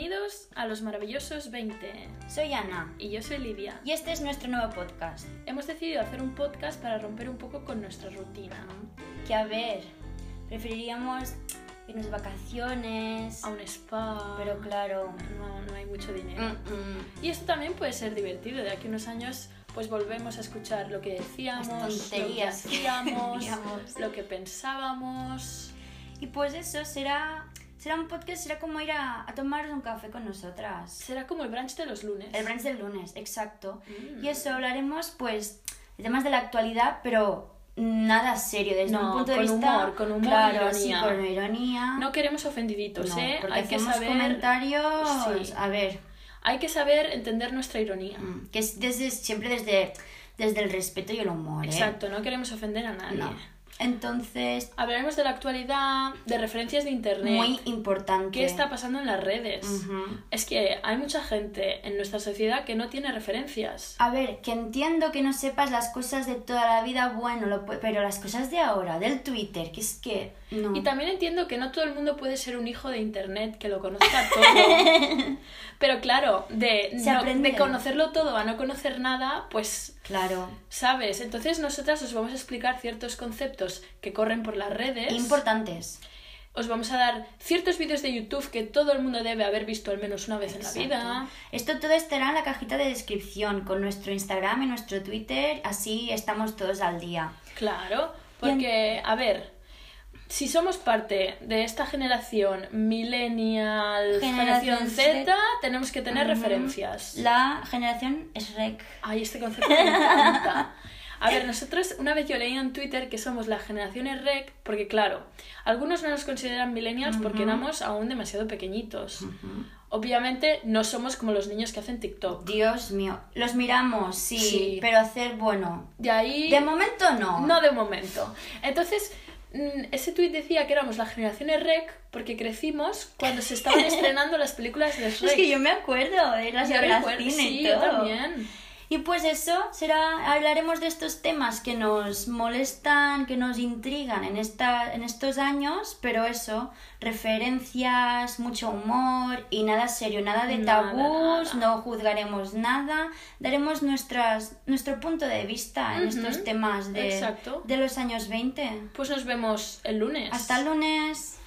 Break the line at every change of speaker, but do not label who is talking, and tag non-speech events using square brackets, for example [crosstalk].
Bienvenidos a los maravillosos 20.
Soy Ana
Y yo soy Lidia.
y este es nuestro nuevo podcast.
Hemos decidido hacer un podcast para romper un poco con nuestra rutina.
Que a ver, preferiríamos irnos de vacaciones,
A un spa.
pero claro.
No, no hay mucho dinero.
mm,
Y esto también puede ser divertido. De aquí a unos años, pues volvemos a escuchar lo que decíamos, lo que
tonterías que [laughs]
hacíamos,
decíamos.
lo que pensábamos.
mm. Y pues eso será, será un podcast, será como ir a, a tomaros un café con nosotras.
Será como el brunch de los lunes.
El brunch del lunes, exacto.
Mm.
Y eso hablaremos pues de temas de la actualidad, pero nada serio, desde
No,
un punto de
con
vista
humor, con humor y
claro, sí,
ironía.
con ironía.
No queremos ofendiditos,
No,
¿eh?
porque
Hay que
hacemos
saber.
comentarios,
Sí.
a ver,
Hay que saber entender nuestra ironía.
Mm, Que es desde, siempre desde, desde el respeto y el humor, ¿eh? Ah,
Exacto, no queremos ofender a nadie.
No. Entonces,
Hablaremos de la actualidad, de referencias de internet.
muy importante.
¿Qué está pasando en las redes?
Ujú.
Es que hay mucha gente en nuestra sociedad que no tiene referencias.
A ver, que entiendo que no sepas las cosas de toda la vida, bueno, lo pue- pero las cosas de ahora, del Twitter, que es que... No.
Y también entiendo que no todo el mundo puede ser un hijo de internet que lo conozca todo.
[laughs]
Pero claro, de,
Se
no-
aprende.
de conocerlo todo a no conocer nada, pues
Claro.
sabes. Entonces nosotras os vamos a explicar ciertos conceptos que corren por las redes.
Importantes.
os vamos a dar ciertos vídeos de YouTube que todo el mundo debe haber visto al menos una vez
Exacto.
en la vida.
Esto todo estará en la cajita de descripción, con nuestro Instagram y nuestro Twitter, así estamos todos al día.
Claro, porque, a ver, si somos parte de esta generación millennial, generación,
Generación
Z,
Z,
tenemos que tener
Ujú.
referencias.
La generación es rec.
Ay, este concepto me encanta. A ver, nosotros una vez yo leía en Twitter que somos la generación REC, porque claro, algunos no nos consideran millennials porque
Ujú.
éramos aún demasiado pequeñitos. Obviamente no somos como los niños que hacen TikTok.
Dios mío, los miramos, sí,
Sí.
pero hacer, bueno,
De ahí...
de momento no.
No de momento. Entonces, mm, ese tuit decía que éramos la generación REC porque crecimos cuando se
[laughs]
estaban estrenando las películas de Shrek.
es que yo me acuerdo de las
Yo
de las
recuerdo-
cine
sí,
y
yo
todo.
también.
Y pues eso, será hablaremos de estos temas que nos molestan, que nos intrigan en esta en estos años, pero eso, referencias, mucho humor y nada serio, nada de
Nada,
tabús,
nada.
no juzgaremos nada, daremos nuestras nuestro punto de vista en
Ujú,
estos temas de
exacto.
de los años 20.
Pues nos vemos el lunes.
Hasta el lunes.